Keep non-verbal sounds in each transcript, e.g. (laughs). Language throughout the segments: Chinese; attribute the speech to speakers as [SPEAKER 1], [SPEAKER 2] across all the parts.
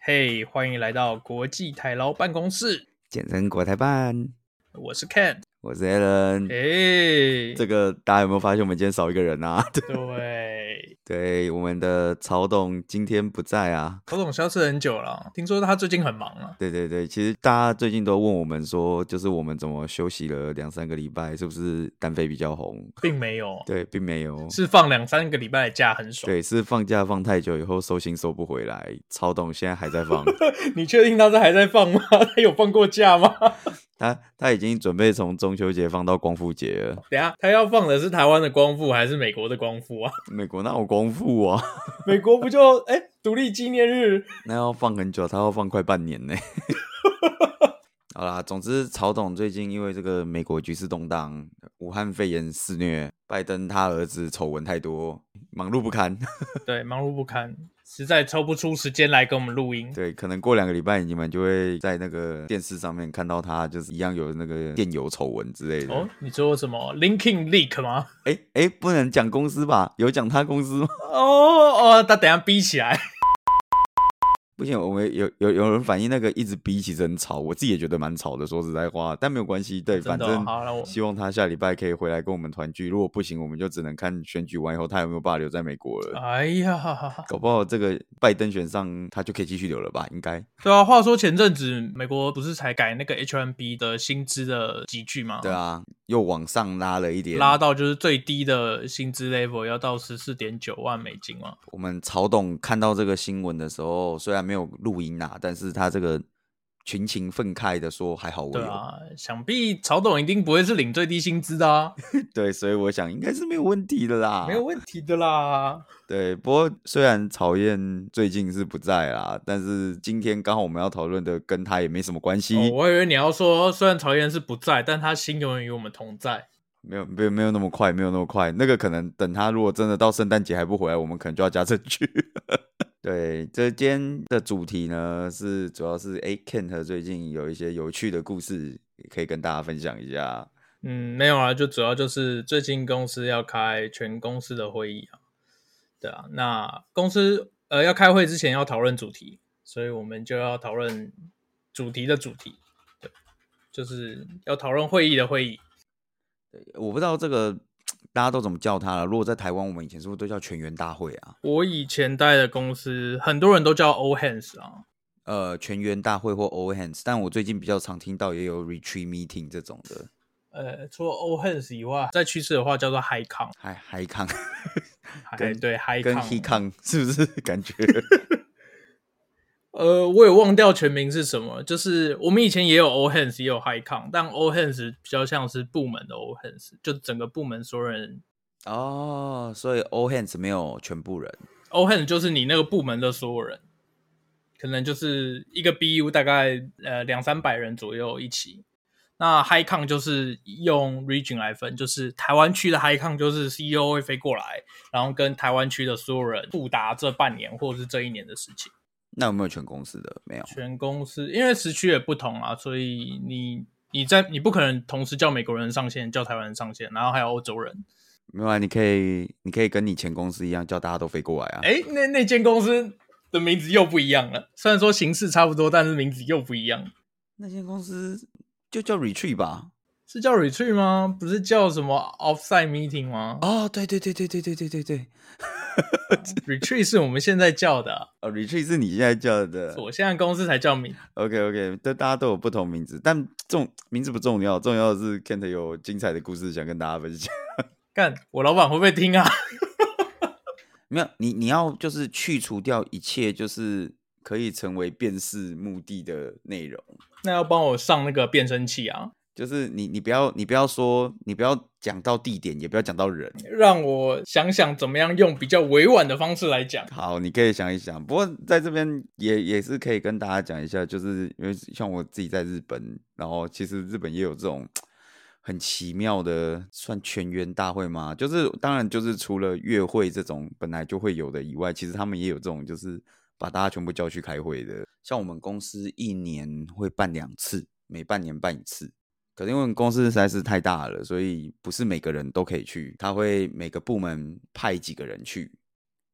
[SPEAKER 1] 嘿欢迎来到国际台劳办公室，
[SPEAKER 2] 简称国台办。
[SPEAKER 1] 我是 Ken。
[SPEAKER 2] 我是
[SPEAKER 1] 嗯
[SPEAKER 2] Alan，、
[SPEAKER 1] 哎，
[SPEAKER 2] 这个大家有没有发现我们今天少一个人啊？ (laughs)
[SPEAKER 1] 对，
[SPEAKER 2] 对，我们的曹董今天不在啊。
[SPEAKER 1] 侯总消失很久了，听说他最近很忙啊。
[SPEAKER 2] 对对对，其实大家最近都问我们说，就是我们怎么休息了两三个礼拜，是不是单飞比较红？
[SPEAKER 1] 并没有，
[SPEAKER 2] 对，并没有。
[SPEAKER 1] 是放两三个礼拜的假很爽。
[SPEAKER 2] 对，是放假放太久以后收心收不回来，曹董现在还在放， (laughs)
[SPEAKER 1] 你确定他是还在放吗？ (laughs) 他有放过假吗？
[SPEAKER 2] 他他已经准备从中秋节放到光复节了。
[SPEAKER 1] 等一下他要放的是台湾的光复还是美国的光复啊？ (laughs)
[SPEAKER 2] 美国哪有光复啊？
[SPEAKER 1] 美国不就哎独立纪念日？
[SPEAKER 2] 那要放很久，他要放快半年呢。 (laughs) 好啦，总之，曹董最近因为这个美国局势动荡，武汉肺炎肆虐，拜登他儿子丑闻太多，忙碌不堪。 (laughs)
[SPEAKER 1] 对，忙碌不堪，实在抽不出时间来跟我们录音。
[SPEAKER 2] 对，可能过两个礼拜，你们就会在那个电视上面看到他，就是一样有那个电邮丑闻之类的。
[SPEAKER 1] 哦，你说什么 Linking Leak 吗？
[SPEAKER 2] 哎哎、不能讲公司吧？有讲他公司吗？
[SPEAKER 1] (laughs)
[SPEAKER 2] (laughs)
[SPEAKER 1] 哦哦，他等一下逼起来。
[SPEAKER 2] 不行，我们有有有人反映那个一直比起很吵，我自己也觉得蛮吵的，说实在话，但没有关系，对，
[SPEAKER 1] 真
[SPEAKER 2] 反
[SPEAKER 1] 的哦
[SPEAKER 2] 正
[SPEAKER 1] 好那我
[SPEAKER 2] 希望他下礼拜可以回来跟我们团聚。如果不行，我们就只能看选举完以后他有没有办法留在美国了。
[SPEAKER 1] 哎呀，
[SPEAKER 2] 搞不好这个拜登选上，他就可以继续留了吧？应该
[SPEAKER 1] 对啊，话说前阵子美国不是才改那个 H1B 的薪资的集聚吗？
[SPEAKER 2] 对啊，又往上拉了一点。
[SPEAKER 1] 拉到就是最低的薪资 level 要到十四点九万美金嘛。
[SPEAKER 2] 我们曹董看到这个新闻的时候，虽然没有录音啊，但是他这个群情愤慨的说：“还好我
[SPEAKER 1] 对
[SPEAKER 2] 有。
[SPEAKER 1] 啊，想必曹董一定不会是领最低薪资的啊，
[SPEAKER 2] 对，所以我想应该是没有问题的啦。
[SPEAKER 1] 没有问题的啦。
[SPEAKER 2] 对，不过虽然曹燕最近是不在啦，但是今天刚好我们要讨论的跟他也没什么关系，
[SPEAKER 1] 哦，我以为你要说，虽然曹燕是不在，但他心永远与我们同在。
[SPEAKER 2] 没有没有没有那么快，没有那么快。那个可能等他如果真的到圣诞节还不回来，我们可能就要加证据。 (laughs) 对，这今天的主题呢是主要是诶 Ken 和最近有一些有趣的故事可以跟大家分享一下。
[SPEAKER 1] 嗯，没有啊，就主要就是最近公司要开全公司的会议啊，对啊，那公司呃要开会之前要讨论主题，所以我们就要讨论主题的主题，对，就是要讨论会议的会议。
[SPEAKER 2] 我不知道这个大家都怎么叫他了。如果在台湾，我们以前是不是都叫全员大会啊？
[SPEAKER 1] 我以前待的公司，很多人都叫 O hands 啊，
[SPEAKER 2] 呃全员大会或 all hands，但我最近比较常听到也有 retreat meeting 这种的，
[SPEAKER 1] 呃，除了 O hands 以外，在趋势的话叫做 High con，
[SPEAKER 2] 还还看
[SPEAKER 1] 还
[SPEAKER 2] 跟
[SPEAKER 1] 对 High
[SPEAKER 2] 跟
[SPEAKER 1] con，
[SPEAKER 2] he 看是 (laughs) 不是感觉？
[SPEAKER 1] 呃，我也忘掉全名是什么了，就是我们以前也有 O hands，也有 High con，但 O hands 比较像是部门的 O hands，就整个部门所有人
[SPEAKER 2] 哦，所以 all hands 没有全部人
[SPEAKER 1] O hands 就是你那个部门的所有人，可能就是一个 BU 大概呃两三百人左右一起。那 High con 就是用 region 来分，就是台湾区的 High con 就是 CEO 会飞过来，然后跟台湾区的所有人复达这半年或者是这一年的事情。
[SPEAKER 2] 那有没有全公司的？没有。
[SPEAKER 1] 全公司因为时区也不同啊，所以你你在你不可能同时叫美国人上线，叫台湾人上线，然后还有欧洲人。
[SPEAKER 2] 没有啊，你可以，你可以跟你前公司一样，叫大家都飞过来啊。
[SPEAKER 1] 哎，那那间公司的名字又不一样了，虽然说形式差不多，但是名字又不一样。
[SPEAKER 2] 那间公司就叫 retreat 吧。
[SPEAKER 1] 是叫 retreat 吗？不是叫什么 offsite meeting 吗、
[SPEAKER 2] 哦，对对对对对对对对对，
[SPEAKER 1] retreat 是我们现在叫的啊、
[SPEAKER 2] 哦，retreat 是你现在叫的。
[SPEAKER 1] 我现在公司才叫名。
[SPEAKER 2] OK OK，但大家都有不同名字，但重名字不重要，重要的是 Kent 有精彩的故事想跟大家分享。 (laughs)
[SPEAKER 1] 干，我老板会不会听啊？ (laughs)
[SPEAKER 2] 没有，你你要就是去除掉一切，就是可以成为辨识目的的内容。
[SPEAKER 1] 那要帮我上那个变声器啊，
[SPEAKER 2] 就是你你不要你不要说，你不要讲到地点，也不要讲到人。
[SPEAKER 1] 让我想想怎么样用比较委婉的方式来讲。
[SPEAKER 2] 好，你可以想一想。不过在这边也也是可以跟大家讲一下，就是因为像我自己在日本，然后其实日本也有这种很奇妙的算全员大会嘛，就是当然就是除了月会这种本来就会有的以外，其实他们也有这种就是把大家全部叫去开会的。像我们公司一年会办两次，每半年办一次。可是因为我们公司实在是太大了，所以不是每个人都可以去。他会每个部门派几个人去，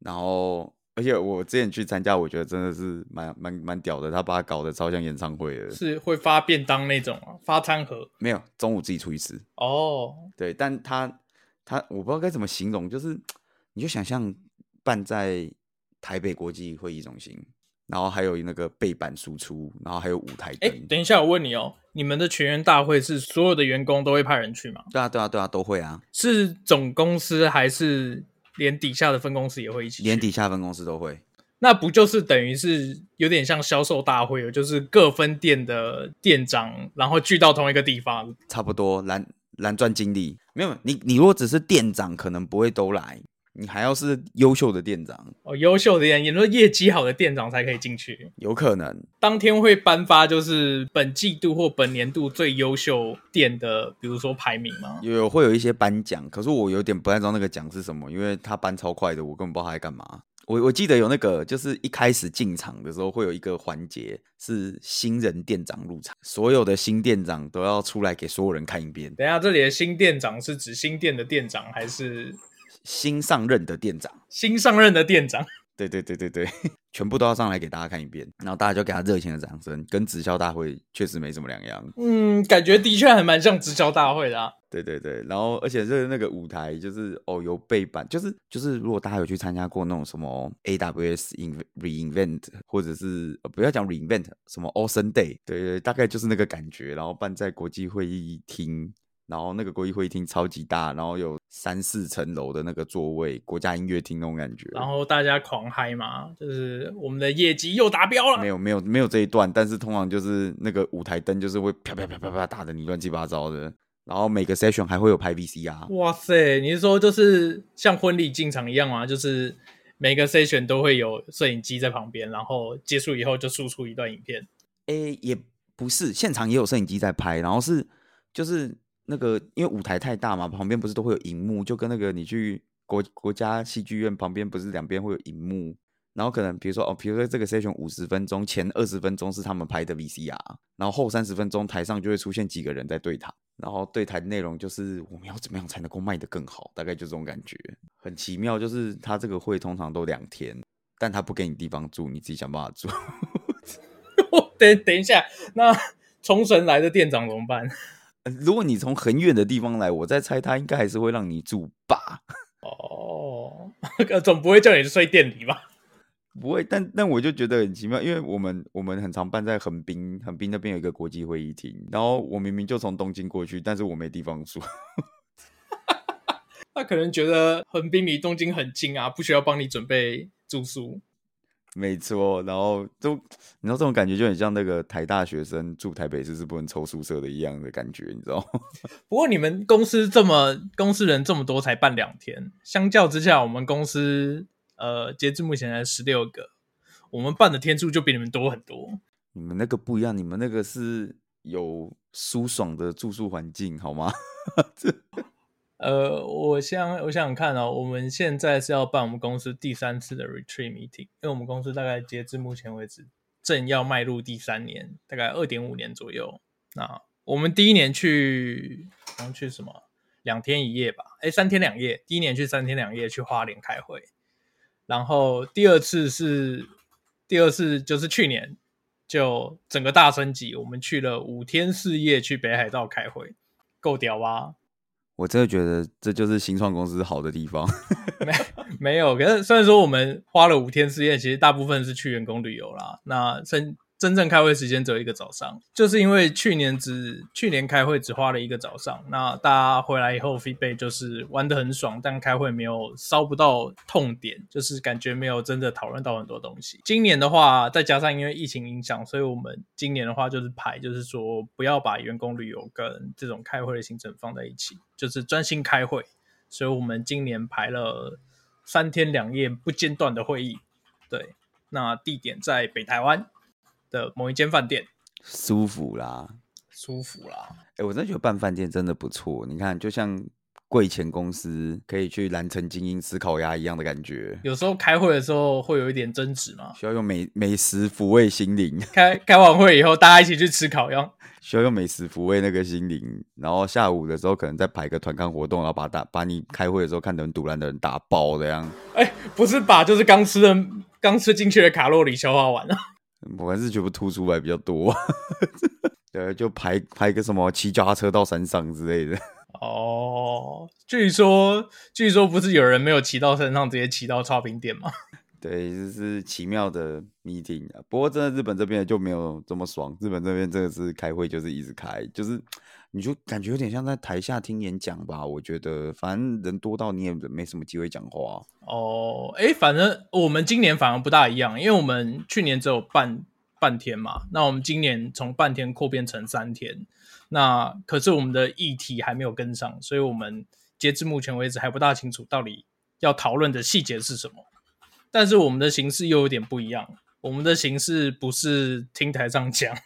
[SPEAKER 2] 然后而且我之前去参加，我觉得真的是蛮蛮蛮屌的，他把它搞得超像演唱会的。
[SPEAKER 1] 是会发便当那种啊，发餐盒
[SPEAKER 2] 没有，中午自己出去吃。
[SPEAKER 1] 哦，
[SPEAKER 2] 对，但他他我不知道该怎么形容，就是你就想象办在台北国际会议中心，然后还有那个背板输出，然后还有舞台
[SPEAKER 1] 哎、
[SPEAKER 2] 灯。
[SPEAKER 1] 等一下我问你哦，你们的全员大会是所有的员工都会派人去吗？
[SPEAKER 2] 对啊，对啊，对啊，都会啊，
[SPEAKER 1] 是总公司还是连底下的分公司也会一起去？
[SPEAKER 2] 连底下分公司都会。
[SPEAKER 1] 那不就是等于是有点像销售大会哦，就是各分店的店长，然后聚到同一个地方。
[SPEAKER 2] 差不多蓝蓝钻经理没有你，你如果只是店长，可能不会都来，你还要是优秀的店长，
[SPEAKER 1] 哦，优秀的人，也就是业绩好的店长才可以进去。
[SPEAKER 2] 有可能
[SPEAKER 1] 当天会颁发就是本季度或本年度最优秀店的，比如说排名吗？
[SPEAKER 2] 有会有一些颁奖，可是我有点不太知道那个奖是什么，因为他颁超快的，我根本不知道他在干嘛。我我记得有那个，就是一开始进场的时候会有一个环节是新人店长入场，所有的新店长都要出来给所有人看一遍，
[SPEAKER 1] 等一下，这里的新店长是指新店的店长，还是
[SPEAKER 2] 新上任的店长。
[SPEAKER 1] 新上任的店长？
[SPEAKER 2] 对对对对对， (laughs) 全部都要上来给大家看一遍，然后大家就给他热情的掌声，跟直销大会确实没什么两样。
[SPEAKER 1] (laughs) 嗯，感觉的确还蛮像直销大会的、啊。
[SPEAKER 2] 对对对，然后而且就是那个舞台，就是哦有背板，就是就是如果大家有去参加过那种什么 AWS in- reinvent，或者是、呃不要讲 reinvent，什么 Ocean Day，对对，大概就是那个感觉，然后办在国际会议厅。然后那个国际会议厅超级大，然后有三四层楼的那个座位，国家音乐厅那种感觉。
[SPEAKER 1] 然后大家狂嗨嘛，就是我们的业绩又达标
[SPEAKER 2] 没
[SPEAKER 1] 了。
[SPEAKER 2] 有没有没有这一段，但是通常就是那个舞台灯就是会啪啪啪啪啪打的你乱七八糟的，然后每个 session 还会有拍 VCR，
[SPEAKER 1] 哇塞，你是说就是像婚礼进场一样吗？就是每个 session 都会有摄影机在旁边，然后结束以后就输出一段影片。 (laughs)
[SPEAKER 2] 诶，也不是，现场也有摄影机在拍，然后是就是那个因为舞台太大嘛，旁边不是都会有荧幕，就跟那个你去国国家戏剧院旁边不是两边会有荧幕，然后可能比如说哦，比如说这个 session 五十分钟，前二十分钟是他们拍的 VCR，然后后三十分钟台上就会出现几个人在对谈，然后对谈内容就是我们要怎么样才能够卖得更好，大概就这种感觉，很奇妙，就是他这个会通常都两天，但他不给你地方住，你自己想办法住。
[SPEAKER 1] 等等一下，那冲绳来的店长怎么办？
[SPEAKER 2] 呃如果你从很远的地方来，我在猜他应该还是会让你住吧，
[SPEAKER 1] 哦， (laughs) 总不会叫你睡店里吧？
[SPEAKER 2] 不会。但但我就觉得很奇妙，因为我们我们很常办在横滨，横滨那边有一个国际会议厅，然后我明明就从东京过去，但是我没地方住。 (laughs)
[SPEAKER 1] 他可能觉得横滨离东京很近啊，不需要帮你准备住宿。
[SPEAKER 2] 没错，然后就你知道这种感觉就很像那个台大学生住台北市是不能抽宿舍的一样的感觉，你知道吗？ (laughs)
[SPEAKER 1] 不过你们公司这么公司人这么多，才办两天，相较之下，我们公司呃，截至目前才十六个，我们办的天数就比你们多很多。
[SPEAKER 2] 你们那个不一样，你们那个是有舒爽的住宿环境，好吗？ (laughs)
[SPEAKER 1] 呃，我想我想想看哦，我们现在是要办我们公司第三次的 retreat meeting，因为我们公司大概截至目前为止正要迈入第三年，大概二点五年左右。那我们第一年去，好像去什么两天一夜吧？哎，三天两夜。第一年去三天两夜去花莲开会，然后第二次是第二次就是去年就整个大升级，我们去了五天四夜去北海道开会，够屌吧？
[SPEAKER 2] 我真的觉得这就是新创公司好的地方。 (laughs)
[SPEAKER 1] (laughs) 没有，可是虽然说我们花了五天四夜，其实大部分是去员工旅游啦。那真真正开会时间只有一个早上，就是因为去年只去年开会只花了一个早上，那大家回来以后 feedback 就是玩的很爽，但开会没有烧不到痛点，就是感觉没有真的讨论到很多东西。今年的话，再加上因为疫情影响，所以我们今年的话就是排，就是说不要把员工旅游跟这种开会的行程放在一起，就是专心开会。所以我们今年排了三天两夜不间断的会议。对，那地点在北台湾的某一间饭店，
[SPEAKER 2] 舒服啦。
[SPEAKER 1] 舒服啦。
[SPEAKER 2] 哎、我真的觉得办饭店真的不错。你看，就像贵前公司可以去蓝城精英吃烤鸭一样的感觉，
[SPEAKER 1] 有时候开会的时候会有一点争执嘛，
[SPEAKER 2] 需要用美美食抚慰心灵， (laughs)
[SPEAKER 1] 开开完会以后大家一起去吃烤鸭，
[SPEAKER 2] 需要用美食抚慰那个心灵。然后下午的时候可能再排个团康活动，然后
[SPEAKER 1] 哎
[SPEAKER 2] 把打把你开会的时候看得很堵烂的人打爆这样。
[SPEAKER 1] 不是把就是刚吃的刚吃进去的卡路里消化完了。
[SPEAKER 2] 我还是觉得突出来比较多。 (laughs) 对，就排排个什么骑脚踏车到山上之类的。
[SPEAKER 1] 哦，据说据说不是有人没有骑到山上，直接骑到差评点吗？
[SPEAKER 2] 对，就是奇妙的 meeting 啊。不过真的日本这边就没有这么爽，日本这边真的是开会就是一直开，就是你就感觉有点像在台下听演讲吧。我觉得反正人多到你也没什么机会讲话。啊
[SPEAKER 1] 哦，哎，反正我们今年反而不大一样，因为我们去年只有半半天嘛，那我们今年从半天扩变成三天，那可是我们的议题还没有跟上，所以我们截至目前为止还不大清楚到底要讨论的细节是什么。但是我们的形式又有点不一样，我们的形式不是听台上讲，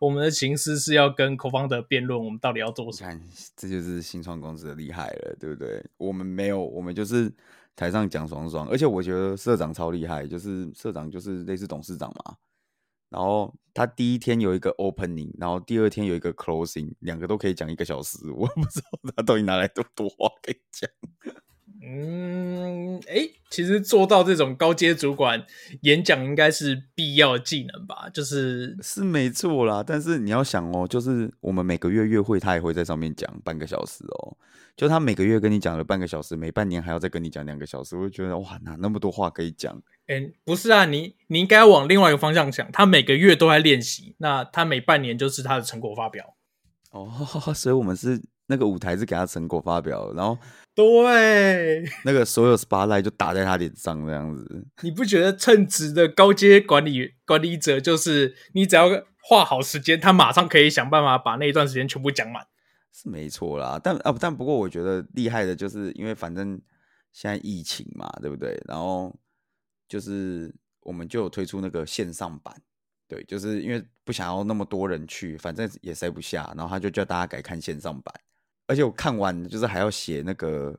[SPEAKER 1] 我们的形式是要跟 co-founder 辩论，我们到底要做
[SPEAKER 2] 你
[SPEAKER 1] 什么。
[SPEAKER 2] 看，这就是新创公司的厉害了，对不对？我们没有，我们就是台上讲爽爽，而且我觉得社长超厉害，就是社长就是类似董事长嘛。然后他第一天有一个 opening，然后第二天有一个 closing，两个都可以讲一个小时， (laughs) 我不知道他到底拿来多多话可以讲。 (laughs)
[SPEAKER 1] 嗯，诶，其实做到这种高阶主管演讲应该是必要技能吧，就是
[SPEAKER 2] 是没错啦，但是你要想哦，就是我们每个月月会，他也会在上面讲半个小时哦。就他每个月跟你讲了半个小时，每半年还要再跟你讲两个小时，我就觉得哇，哪那么多话可以讲？
[SPEAKER 1] 诶，不是啊，你你应该往另外一个方向想，他每个月都在练习，那他每半年就是他的成果发表。
[SPEAKER 2] 哦， (laughs) 所以我们是那个舞台是给他成果发表，然后
[SPEAKER 1] 对， (laughs)
[SPEAKER 2] 那个所有 spotlight 就打在他脸上这样子。
[SPEAKER 1] 你不觉得称职的高阶管理管理者就是你只要画好时间，他马上可以想办法把那一段时间全部讲满。
[SPEAKER 2] 是没错啦，但啊，但不过我觉得厉害的就是，因为反正现在疫情嘛，对不对？然后就是我们就有推出那个线上版，对，就是因为不想要那么多人去，反正也塞不下，然后他就叫大家改看线上版，而且我看完就是还要写那个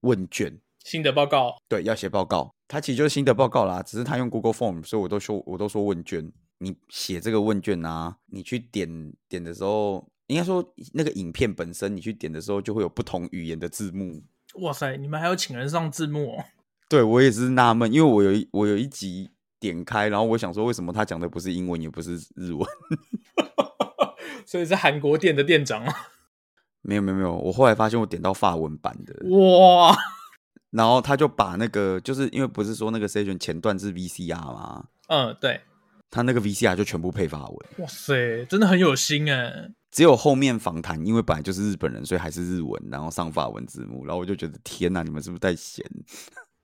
[SPEAKER 2] 问卷，
[SPEAKER 1] 新的报告
[SPEAKER 2] 对，要写报告，它其实就是新的报告啦，只是他用 Google Form，所以我都说我都说问卷。你写这个问卷啊，你去点点的时候，应该说那个影片本身，你去点的时候就会有不同语言的字幕。
[SPEAKER 1] 哇塞，你们还要请人上字幕哦？ (laughs)
[SPEAKER 2] 对我也是纳闷，因为我有一我有一集点开，然后我想说为什么他讲的不是英文也不是日文？ (laughs)
[SPEAKER 1] 所以是韩国店的店长啊？
[SPEAKER 2] 没有没有没有，我后来发现我点到法文版的，
[SPEAKER 1] 哦哇，
[SPEAKER 2] 然后他就把那个就是因为不是说那个 session 前段是 VCR 嘛，
[SPEAKER 1] 嗯，对，
[SPEAKER 2] 他那个 VCR 就全部配法文。
[SPEAKER 1] 哇塞，真的很有心哎。
[SPEAKER 2] 只有后面访谈，因为本来就是日本人，所以还是日文，然后上法文字幕，然后我就觉得天哪，你们是不是太闲？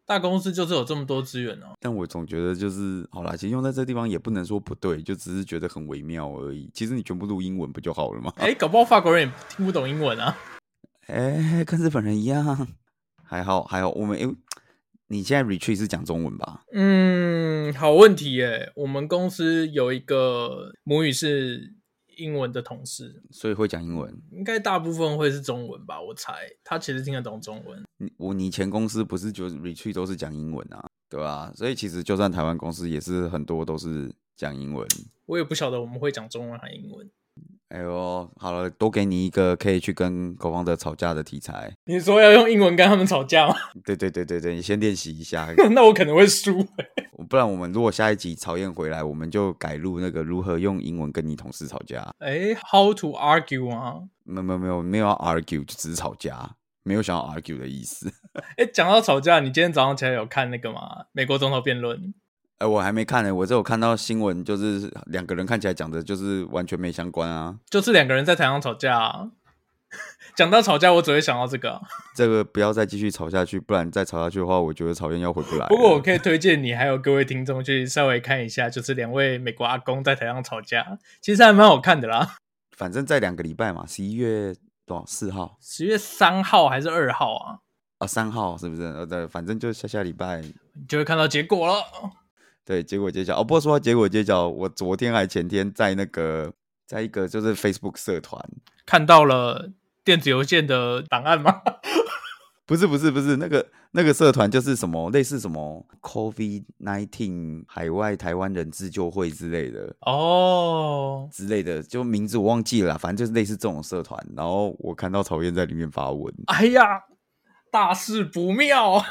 [SPEAKER 1] 大公司就是有这么多资源哦。
[SPEAKER 2] 但我总觉得就是好啦，其实用在这地方也不能说不对，就只是觉得很微妙而已。其实你全部录英文不就好了吗？
[SPEAKER 1] 哎，搞不好法国人也听不懂英文啊。
[SPEAKER 2] (laughs) 哎、跟日本人一样，还好还好，我们哎、你现在 retreat 是讲中文吧？
[SPEAKER 1] 嗯，好问题耶。我们公司有一个母语是英文的同事，
[SPEAKER 2] 所以会讲英文。
[SPEAKER 1] 应该大部分会是中文吧，我猜。他其实听得懂中文。
[SPEAKER 2] 你我你以前公司不是就 retreat 都是讲英文啊，对吧、所以其实就算台湾公司也是很多都是讲英文。
[SPEAKER 1] 我也不晓得我们会讲中文还英文。
[SPEAKER 2] 哎呦，好了，多给你一个可以去跟狗方的吵架的题材。
[SPEAKER 1] 你说要用英文跟他们吵架吗？ (laughs)
[SPEAKER 2] 对对对对对，你先练习一下，
[SPEAKER 1] 那我可能会输。
[SPEAKER 2] 不然我们如果下一集曹燕回来，我们就改录那个如何用英文跟你同事吵架。
[SPEAKER 1] 哎，How to argue 啊？
[SPEAKER 2] 没有没有没有没有要 argue，就只是吵架，没有想要 argue 的意思。 (laughs)
[SPEAKER 1] 哎，讲到吵架，你今天早上起来有看那个吗？美国总统辩论？
[SPEAKER 2] 哎，我还没看呢、我只有看到新闻，就是两个人看起来讲的就是完全没相关啊。
[SPEAKER 1] 就是两个人在台上吵架、啊。 (laughs) 讲到吵架，我只会想到这个啊、
[SPEAKER 2] 这个不要再继续吵下去，不然再吵下去的话，我觉得曹燕要回不来了。
[SPEAKER 1] 不过我可以推荐你，还有各位听众去稍微看一下，就是两位美国阿公在台上吵架，其实还蛮好看的啦。
[SPEAKER 2] 反正在两个礼拜嘛，十一月多少四号。
[SPEAKER 1] 十月三号还是二号啊，
[SPEAKER 2] 啊，三号是不是？呃，对，反正就下下礼拜。
[SPEAKER 1] 你就会看到结果了。
[SPEAKER 2] 对，结果揭晓哦。不过说到结果揭晓，我昨天还前天在那个，在一个就是 Facebook 社团，
[SPEAKER 1] 看到了电子邮件的档案吗？ (laughs)
[SPEAKER 2] 不是不是不是那个那个社团就是什么类似什么 COVID nineteen 海外台湾人自救会之类的
[SPEAKER 1] 哦，
[SPEAKER 2] 之类的，就名字我忘记了啦，反正就是类似这种社团。然后我看到曹燕在里面发文，
[SPEAKER 1] 哎呀，大事不妙。哦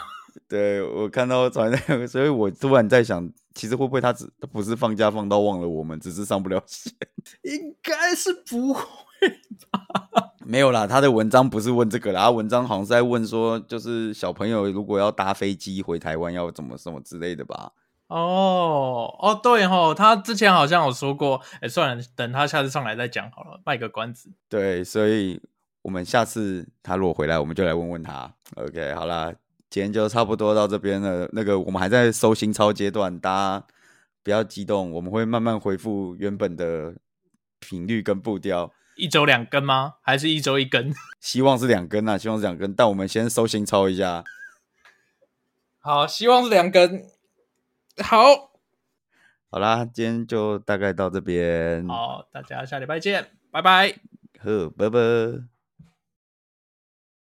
[SPEAKER 2] 对我看到曹燕在，所以我突然在想，其实会不会他只他不是放假放到忘了我们，只是上不了 (laughs) 线？
[SPEAKER 1] 应该是不会。
[SPEAKER 2] 没有啦，他的文章不是问这个啦，他文章好像是在问说，就是小朋友如果要搭飞机回台湾要怎么什么之类的吧？
[SPEAKER 1] 哦哦，对吼、他之前好像有说过，哎，算了，等他下次上来再讲好了，卖个关子。
[SPEAKER 2] 对，所以我们下次他如果回来，我们就来问问他。OK，好啦，今天就差不多到这边了。那个我们还在收新钞阶段，大家不要激动，我们会慢慢恢复原本的频率跟步调。
[SPEAKER 1] 一周两根吗？还是一周一根？
[SPEAKER 2] 希望是两根啊，希望是两根，但我们先收新钞一下。
[SPEAKER 1] 好，希望是两根。好，
[SPEAKER 2] 好啦，今天就大概到这边，
[SPEAKER 1] 好，大家下礼拜见，拜拜。
[SPEAKER 2] 呵，拜拜。